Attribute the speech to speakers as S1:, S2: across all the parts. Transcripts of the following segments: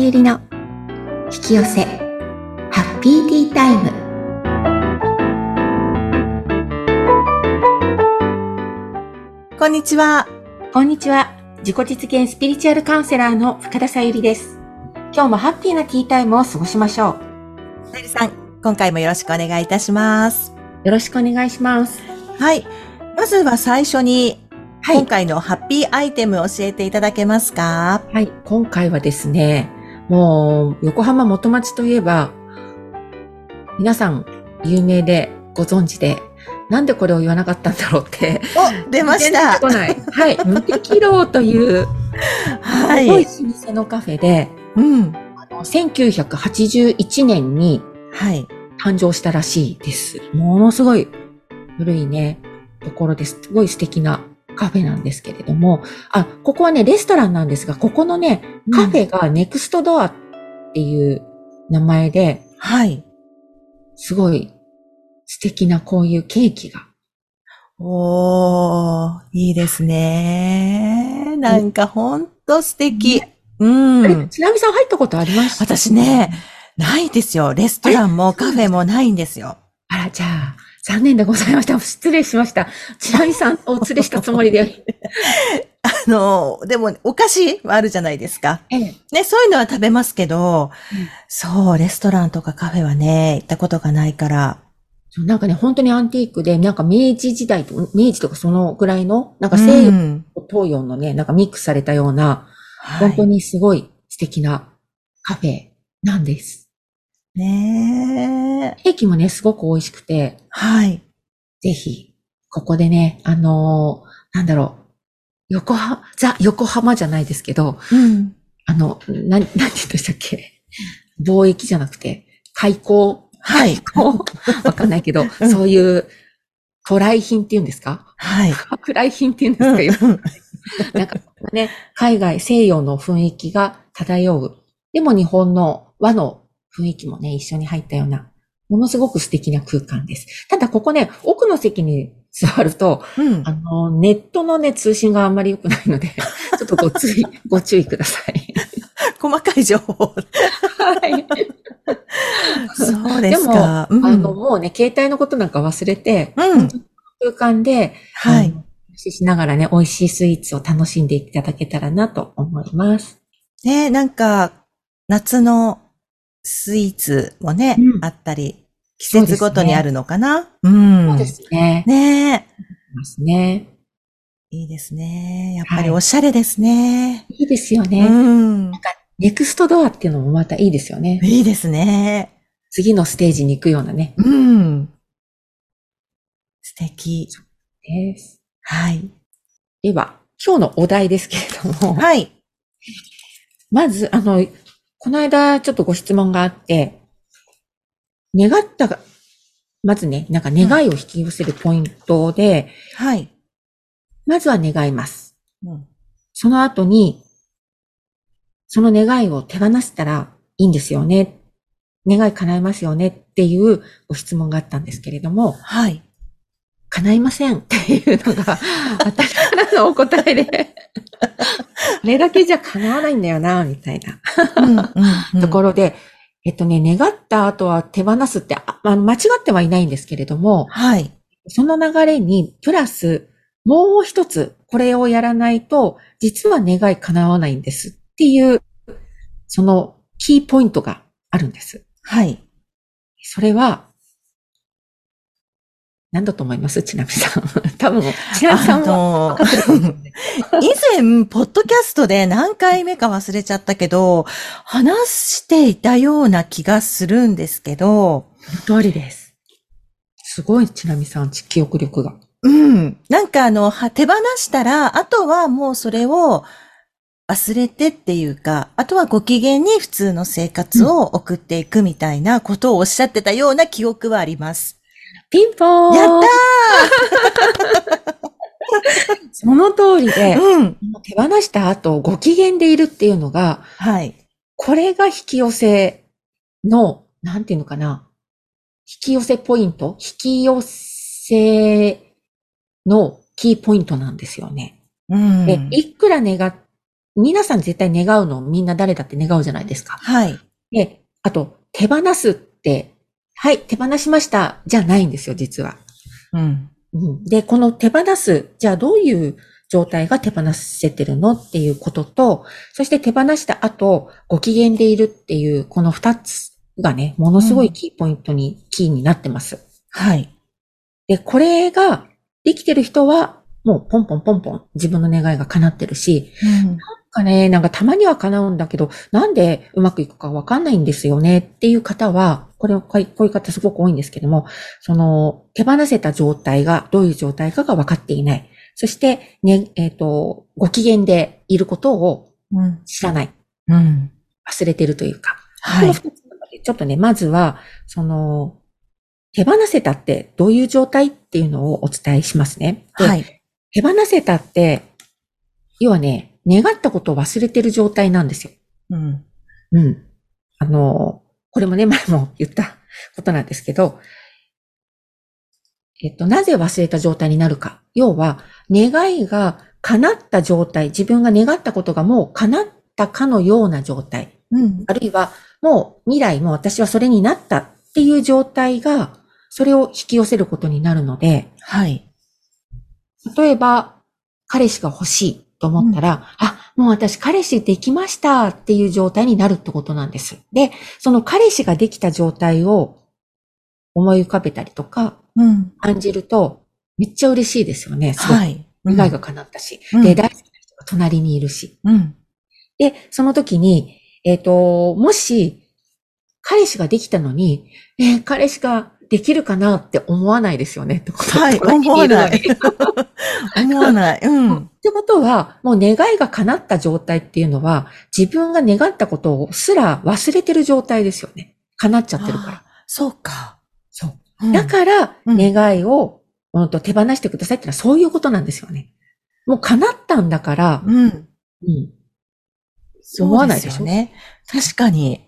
S1: ゆりの引き寄せハッピーティータイム
S2: こんにちは。
S1: こんにちは自己実現スピリチュアルカウンセラーの深田さゆりです今日もハッピーなティータイムを過ごしましょう
S2: さゆりさん、今回もよろしくお願いいたします。
S1: よろしくお願いします
S2: はい。まずは最初に、
S1: はい
S2: 今回のハッピーアイテム教えていただけますか
S1: はい、今回はですね、もう横浜元町といえば、皆さん有名でご存知で、なんでこれを言わなかったんだろうって。
S2: お、出まし
S1: 全然
S2: た
S1: 出て。こない。はい、無敵楼という、
S2: は
S1: すごい
S2: い。
S1: 老舗のカフェで、
S2: うん。
S1: あの1981年に
S2: はい。
S1: 誕生したらしいです。ものすごい古いね、ところです。すごい素敵なカフェなんですけれども、あ、ここはね、レストランなんですが、ここのね、カフェがネクストドアっていう名前で、
S2: はい。
S1: すごい素敵なこういうケーキが。
S2: おー、いいですね。なんかほんと素敵。う
S1: あれ
S2: ん。
S1: ちなみさん入ったことあります
S2: 私。ね、ないですよ。レストランもカフェもないんですよ。
S1: あら、じゃあ、残念でございました。失礼しました。ちなみさんをお連れしたつもり で。
S2: あの、でも、お菓子はあるじゃないですか。
S1: ええ
S2: ね、そういうのは食べますけど、
S1: うん
S2: そう、レストランとかカフェはね、行ったことがないから。
S1: そうなんかね、本当にアンティークで、なんか明治時代と、明治とかそのぐらいの、なんか西
S2: う
S1: 洋
S2: ん
S1: と東洋のね、なんかミックスされたような、
S2: はい
S1: 本当にすごい素敵なカフェなんです。
S2: ねえ。
S1: ケーキもね、すごく美味しくて、
S2: はい。
S1: ぜひ、ここでね、あのーなんだろう、横浜、ザ・横浜じゃないですけど、
S2: うん。
S1: あの、な、なんて言うんでしたっけ貿易じゃなくて、開港、
S2: はい。
S1: こうわかんないけど、
S2: うん
S1: そういう、渡来品っていうんですか
S2: はい。
S1: 舶来品っていうんですかよ
S2: うん
S1: なんかね、海外、西洋の雰囲気が漂う。でも日本の和の雰囲気もね、一緒に入ったような、ものすごく素敵な空間です。ただここね、奥の席に座ると、
S2: うん
S1: あの、ネットのね、通信があんまり良くないので、 ちょっとご注意、ご注意ください。
S2: 細かい情報。
S1: はい。
S2: そうですか。うん
S1: あの、もうね、携帯のことなんか忘れて、
S2: うん。
S1: 空間で、
S2: は
S1: あ
S2: い。
S1: の。ししながらね、美味しいスイーツを楽しんでいただけたらなと思います。
S2: ねなんか、夏のスイーツもね、
S1: うん
S2: あったり、季節ごとにあるのかなう,、ん。
S1: そうですね。
S2: ねえ。
S1: ますね。
S2: いいですね。やっぱ
S1: はい
S2: りおしゃれですね。
S1: いいですよね。
S2: うん。
S1: ネクストドアっていうのもまたいいですよね。
S2: いいですね。
S1: 次のステージに行くようなね。
S2: うん。素敵。
S1: です。
S2: はい。
S1: では、今日のお題ですけれども、
S2: はい。
S1: まず、あの、この間ちょっとご質問があって、願ったが、まずね、なんか願いを引き寄せるポイントで、
S2: はい。
S1: まずは願います。
S2: うん
S1: その後に、その願いを手放したらいいんですよね。願い叶えますよねっていうご質問があったんですけれども、
S2: はい。
S1: 叶いませんっていうの が、私からのお答えで、あれだけじゃ叶わないんだよな、みたいな
S2: うん。うんうん
S1: ところで、えっとね、願った後は手放すって、ああの間違ってはいないんですけれども、
S2: はい。
S1: その流れに、プラス、もう一つ、これをやらないと、実は願い叶わないんですっていう、そのキーポイントがあるんです。
S2: はい。
S1: それは、何だと思いますちなみさん。多分、ちなみさ
S2: あ
S1: んは
S2: の
S1: 分かってると思う
S2: 以前、ポッドキャストで何回目か忘れちゃったけど、話していたような気がするんですけど、
S1: その通りです。すごい、ちなみさん、記憶力が。
S2: うん。なんかあの、は手放したら、あとはもうそれを忘れてっていうか、あとはご機嫌に普通の生活を送っていくみたいなことをおっしゃってたような記憶はあります。
S1: ピンポーン
S2: やった
S1: ーその通りで、
S2: うん。
S1: 手放した後、ご機嫌でいるっていうのが、
S2: はい。
S1: これが引き寄せの、なんていうのかな。引き寄せポイント引き寄せのキーポイントなんですよね。
S2: うん。
S1: で、いくら願っ皆さん絶対願うの、みんな誰だって願うじゃないですか。
S2: はい。
S1: で、あと、手放すって、はい、手放しました、じゃないんですよ、実は。
S2: うん。
S1: うんで、この手放す、じゃあどういう状態が手放せてるのっていうことと、そして手放した後、ご機嫌でいるっていう、この二つがね、ものすごいキーポイントに、キーになってます。
S2: はい。
S1: で、これができてる人は、もうポンポンポンポン自分の願いが叶ってるし、
S2: うん
S1: なんかね、なんかたまには叶うんだけど、なんでうまくいくかわかんないんですよねっていう方は、これを、こういう方すごく多いんですけども、その、手放せた状態が、どういう状態かが分かっていない。そして、ね、えっ、と、ご機嫌でいることを
S2: うん。
S1: 知らない。
S2: うん。
S1: 忘れてるというか。
S2: は
S1: この
S2: い
S1: 二。つの中でちょっとね、まずは、その、手放せたってどういう状態っていうのをお伝えしますね。で
S2: はい。
S1: 手放せたって、要はね、願ったことを忘れてる状態なんですよ。
S2: うん。
S1: うん。あの、これもね、前も言ったことなんですけど、えっと、なぜ忘れた状態になるか。要は、願いが叶った状態、自分が願ったことがもう叶ったかのような状態。
S2: うん。
S1: あるいは、もう未来も私はそれになったっていう状態が、それを引き寄せることになるので、
S2: はい。
S1: 例えば、彼氏が欲しいと思ったら、あ、もう私彼氏できましたっていう状態になるってことなんです。で、その彼氏ができた状態を思い浮かべたりとか、
S2: うん。
S1: 感じると、めっちゃ嬉しいですよね。すごく
S2: はい。
S1: 願いが叶ったし、
S2: うん
S1: で、大好きな人が隣にいるし。
S2: うん。
S1: で、その時に、えっ、と、もし、彼氏ができたのに、えー彼氏ができるかなって思わないですよね。って こと
S2: はい。
S1: 隣に
S2: 思わ
S1: るの
S2: な
S1: に
S2: い。 思わない。うん。
S1: ってことは、もう願いが叶った状態っていうのは、自分が願ったことをすら忘れてる状態ですよね。叶っちゃってるから。
S2: あー。そうか。
S1: そう。
S2: うん
S1: だから、
S2: うん
S1: 願いを、ほんと手放してくださいってのはそういうことなんですよね。もう叶ったんだから、
S2: うん。
S1: うん、
S2: そう
S1: 思わないでしょ
S2: すよね。確かに。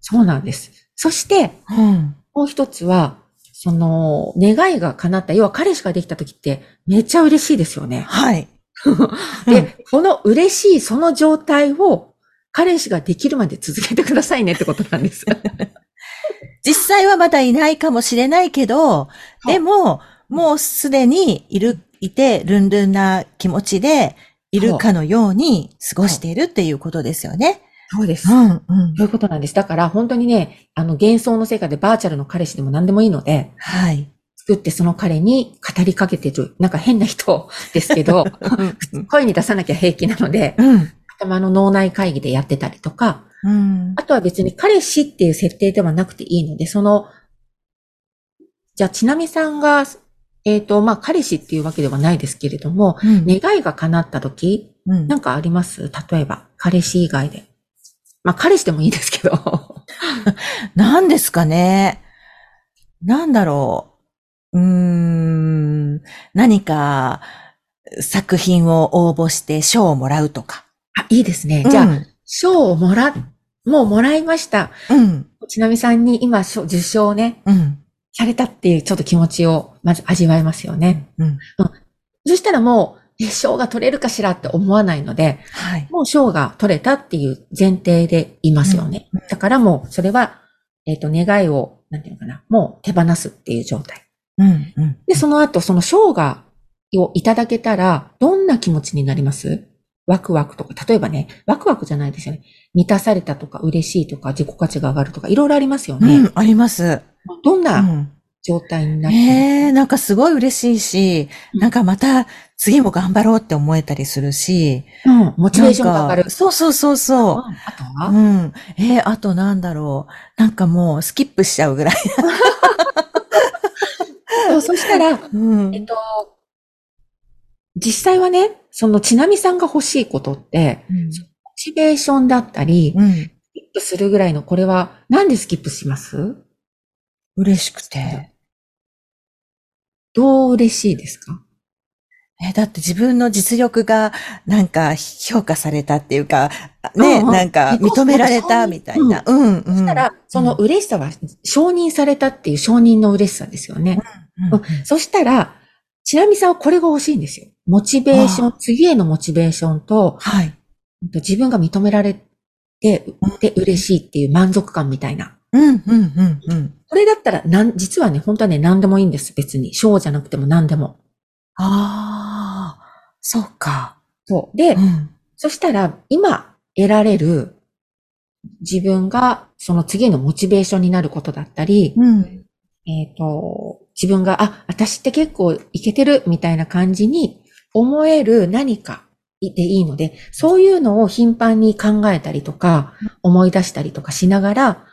S1: そうなんです。そして、
S2: うん。
S1: もう一つは、その、願いが叶った、要は彼氏ができた時って、めっちゃ嬉しいですよね。
S2: はい。うん
S1: で、この嬉しいその状態を彼氏ができるまで続けてください ねってことなんです。
S2: 実際はまだいないかもしれないけど、
S1: い
S2: でも、もうすでにいる、いて、ルンルンな気持ちで、いるかのように過ごしているっていうことですよね。
S1: そうです
S2: う
S1: そ
S2: ん、うん。
S1: ういうことなんです。だから本当にね、あの幻想の世界でバーチャルの彼氏でも何でもいいので、
S2: はい。
S1: 作ってその彼に語りかけてる、なんか変な人ですけ ど、声に出さなきゃ平気なので、
S2: うん。
S1: 頭の脳内会議でやってたりとか、
S2: うん
S1: あ。とは別に彼氏っていう設定ではなくていいので、その、じゃあ、ちなみさんが、えっ、と、まあ、彼氏っていうわけではないですけれども、
S2: うん。
S1: 願いが叶った時、
S2: うん
S1: なんかあります例えば、彼氏以外で。まあ、彼氏でもいいです けど。
S2: 何ですかね。なんだろう。うーん。何か作品を応募して賞をもらうとか。
S1: あ、いいですね。じゃあ、
S2: うん
S1: 賞をもら、もうもらいました。
S2: うん。
S1: ちなみさんに今、賞受賞をね、
S2: うん。
S1: されたっていうちょっと気持ちを、まず味わえますよね。
S2: うん。
S1: そしたらもう、え賞が取れるかしらって思わないので、
S2: はい。
S1: もう賞が取れたっていう前提でいますよね。だからもう、それは、えっ、と、願いを、なんていうのかな、もう手放すっていう状態。
S2: うん。うん。
S1: で、その後、その賞が、をいただけたら、どんな気持ちになりますワクワクとか、例えばね、ワクワクじゃないですよね。満たされたとか、嬉しいとか、自己価値が上がるとか、いろいろありますよね。
S2: うん、あります。
S1: どん
S2: う。
S1: なん状態になってる、
S2: ええなんかすごい嬉しいし、なんかまた次も頑張ろうって思えたりするし、
S1: うん、モチベーションが上が
S2: なん
S1: る
S2: か。そうそうそう
S1: うん
S2: そう。
S1: あと
S2: う
S1: は、
S2: ん。ええあとなんだろう。なんかもうスキップしちゃうぐらい。
S1: そうそしたら、
S2: うん
S1: えっと、実際はね、その、ちなみさんが欲しいことって、モチベーションだったり、ス
S2: うん。
S1: キップするぐらいの、これは、なんでスキップします
S2: 嬉しくて。
S1: どう嬉しいですか
S2: え、だって自分の実力がなんか評価されたっていうか、ね、
S1: うんうん
S2: なんか認められたみたいな。うん、うん。そ
S1: そしたら、その嬉しさは承認されたっていう承認の嬉しさですよね。うんそしたら、ちなみさんはこれが欲しいんですよ。モチベーション、次へのモチベーションと、
S2: はい。
S1: うんと自分が認められて、で、嬉しいっていう満足感みたいな。
S2: うん、うん、うん、うん。
S1: これだったら、なん、実はね、本当はね、何でもいいんです、別に。賞じゃなくても何でも。
S2: ああ、そうか。
S1: そう。で、
S2: うん。
S1: そしたら、今得られる自分が、その次のモチベーションになることだったり、
S2: うん。
S1: えっ、と、自分が、あ、私って結構いけてるみたいな感じに思える何かでいいので、そういうのを頻繁に考えたりとか、思い出したりとかしながら、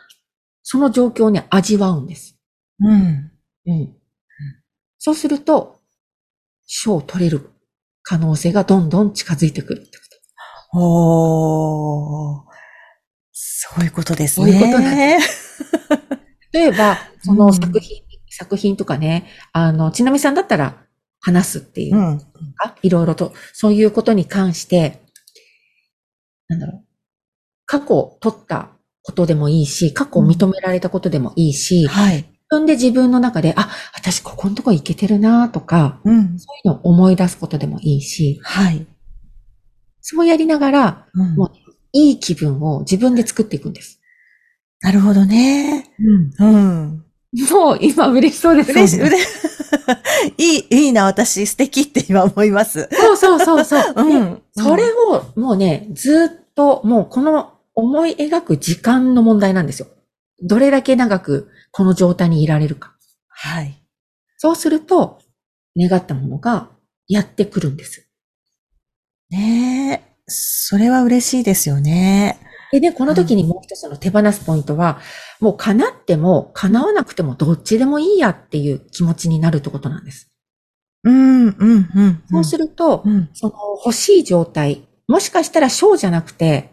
S1: その状況をね、味わうんです。
S2: うん。
S1: うん。そうすると、賞を取れる可能性がどんどん近づいてくるってこと。
S2: おー。そういうことです
S1: そう
S2: ね。
S1: いうことなん
S2: です。
S1: 例えば、そうの
S2: ん
S1: 作品、作品とかね、あの、ちなみさんだったら話すっていう
S2: う
S1: の
S2: ん。
S1: か、いろいろと、そういうことに関して、なんだろう、過去取ったことでもいいし、過去認められたことでもいいし、自
S2: はい。
S1: 分で自分の中で、あ、私ここのとこ行けてるなとか、
S2: うん。
S1: そういうのを思い出すことでもいいし、
S2: はい。
S1: そうやりながら、
S2: うん
S1: もういい気分を自分で作っていくんです。
S2: なるほどね。うん。
S1: もう今嬉しそう ですよね
S2: 嬉しい、嬉しい。いい、いいな、私、素敵って今思います。
S1: そうそうそうそう。
S2: う
S1: で
S2: ん。
S1: それをもうね、ずっともうこの思い描く時間の問題なんですよ。どれだけ長くこの状態にいられるか。
S2: はい。
S1: そうすると、願ったものがやってくるんです。
S2: ねえ。それは嬉しいですよね。
S1: でね、この時にもう一つの手放すポイントは、もう叶っても叶わなくてもどっちでもいいやっていう気持ちになるってことなんです。
S2: うん、うん、うん。
S1: そうす
S2: る。
S1: ると、
S2: うん。
S1: その欲しい状態、もしかしたら賞じゃなくて、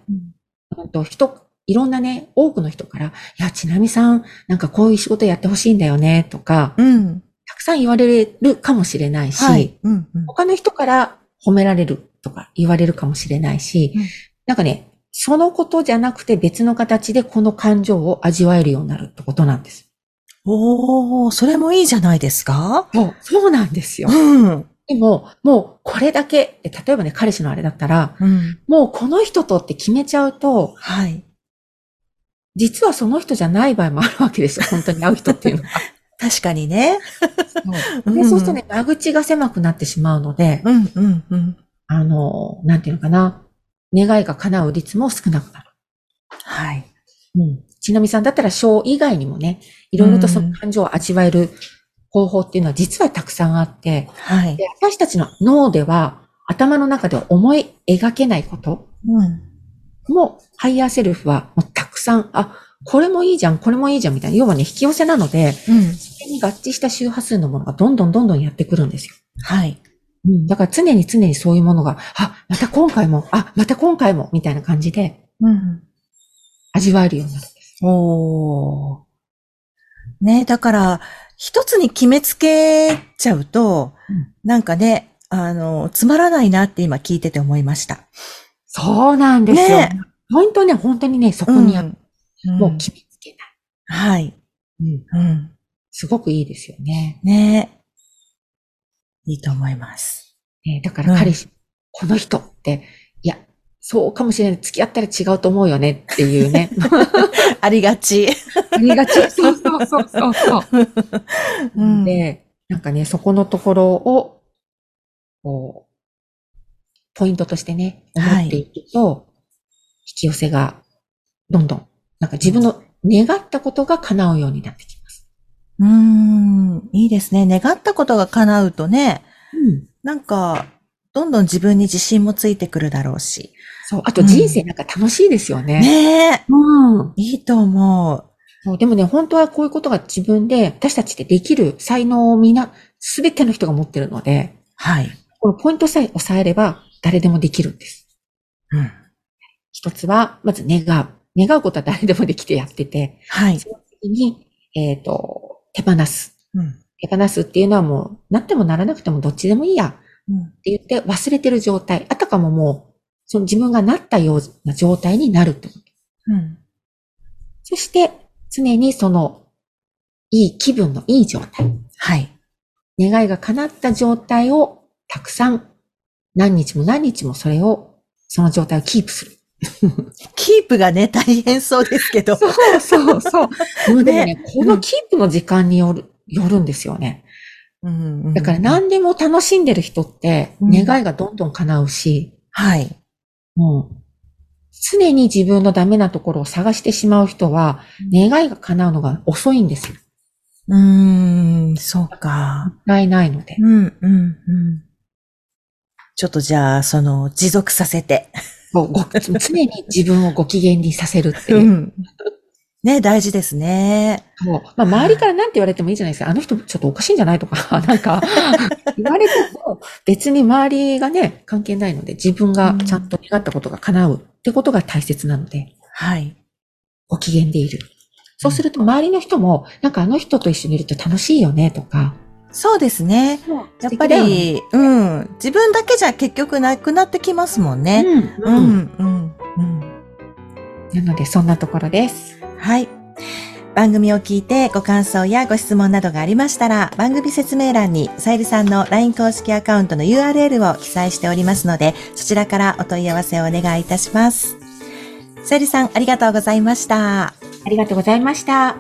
S1: うんと人、いろんなね、多くの人から、いや、ちなみさん、なんかこういう仕事やってほしいんだよね、とか、
S2: うん。
S1: たくさん言われるかもしれないし、
S2: はい。うん、うん。
S1: 他の人から褒められるとか言われるかもしれないし、
S2: うん
S1: なんかね、そのことじゃなくて別の形でこの感情を味わえるようになるってことなんです。
S2: おー、それもいいじゃないですか。
S1: そう、そうなんですよ。
S2: うん。
S1: でも、もうこれだけ、例えばね、彼氏のあれだったら、
S2: うん。
S1: もうこの人とって決めちゃうと、
S2: はい。
S1: 実はその人じゃない場合もあるわけです よ。本当に会う人っていう のは。
S2: 確かにね。
S1: でそうするとね、間口が狭くなってしまうので、
S2: うん、うん、うん。
S1: あの、なんていうのかな。願いが叶う率も少なくなる。
S2: はい。
S1: うん。ちなみさんだったら、賞以外にもね、いろいろとその感情を味わえる方法っていうのは実はたくさんあって、
S2: はい。
S1: で私たちの脳では、頭の中では思い描けないこと
S2: うん。
S1: も、ハイヤーセルフはもうたくさん、あ、これもいいじゃん、これもいいじゃんみたいな、要はね、引き寄せなので、
S2: うん。
S1: それに合致した周波数のものがどんどんどんどんやってくるんですよ。
S2: はい。
S1: うん、だから常に常にそういうものが、あ、また今回も、あ、また今回も、みたいな感じで
S2: うん。
S1: 味わえるようになる。
S2: おー。ね、だから、一つに決めつけちゃうと、
S1: うん
S2: なんかね、あの、つまらないなって今聞いてて思いました。
S1: そうなんですよ。
S2: ね
S1: ポイントね、本当にね、そこにある、
S2: うん
S1: もう決めつけない、
S2: はい。
S1: うん。
S2: うん。
S1: すごくいいですよね。
S2: ねいいと思います。
S1: ねだから彼氏、この人って、いや、そうかもしれない。付き合ったら違うと思うよねっていうね。
S2: ありがち。
S1: ありがち。 そうそうそうそうそう。
S2: うん。
S1: で、なんかね、そこのところを、こう、ポイントとしてね、
S2: は
S1: 思
S2: い
S1: っていくと、引き寄せが、どんどん、なんか自分の願ったことが叶うようになってきます。
S2: うーん。いいですね。願ったことが叶うとね、
S1: うん。
S2: なんか、どんどん自分に自信もついてくるだろうし。
S1: そう。あと人生なんか楽しいですよね。
S2: ねえ。
S1: うん。
S2: いいと思う。
S1: そうでもね、本当はこういうことが自分で、私たちってできる才能をみんな、すべての人が持ってるので、
S2: はい。
S1: このポイントさえ押さえれば、誰でもできるんです。
S2: うん。
S1: 一つは、まず願う。願うことは誰でもできてやってて、
S2: はい。
S1: その次に、えっ、と、手放す。
S2: うん。
S1: 手放すっていうのはもう、なってもならなくてもどっちでもいいやって
S2: うん。
S1: 言って忘れてる状態。あたかももう、その自分がなったような状態になるってこと。
S2: うん。
S1: そして、常にその、いい気分のいい状態。
S2: はい。
S1: 願いが叶った状態を、たくさん、何日も何日もそれをその状態をキープする。
S2: キープがね、大変そうですけど。
S1: そうそう そう。もうでもね、このキープの時間による、よるんですよね。
S2: うんうん
S1: だから何でも楽しんでる人って、
S2: うん
S1: 願いがどんどん叶うし、
S2: はい。
S1: もう、常に自分のダメなところを探してしまう人は、願いが叶うのが遅いんですよ。も
S2: うーん、そうか。
S1: ったいないので。
S2: うん、うん、うん。ちょっとじゃあ、その、持続させ て。
S1: もうご常に自分をご機嫌にさせるっていう。
S2: ん。ね、大事ですね。
S1: もう、まあ、周りからなんて言われてもいいじゃないですか。あの人ちょっとおかしいんじゃないとか、 なんか、言われても、別に周りがね、関係ないので、自分がちゃんと願ったことが叶うってことが大切なので、
S2: はい。
S1: ご機嫌でいる。そうすると、周りの人も、なんかあの人と一緒にいると楽しいよね、とか。
S2: そうですね。やっぱり、うん。自分だけじゃ結局なくなってきますもんね。
S1: ね、う
S2: う、
S1: ん。
S2: うんん、うん。
S1: なので、そんなところです。
S2: はい。番組を聞いてご感想やご質問などがありましたら、番組説明欄にさゆりさんの LINE 公式アカウントの URL を記載しておりますので、そちらからお問い合わせをお願いいたします。さゆりさん、ありがとうございました。
S1: ありがとうございました。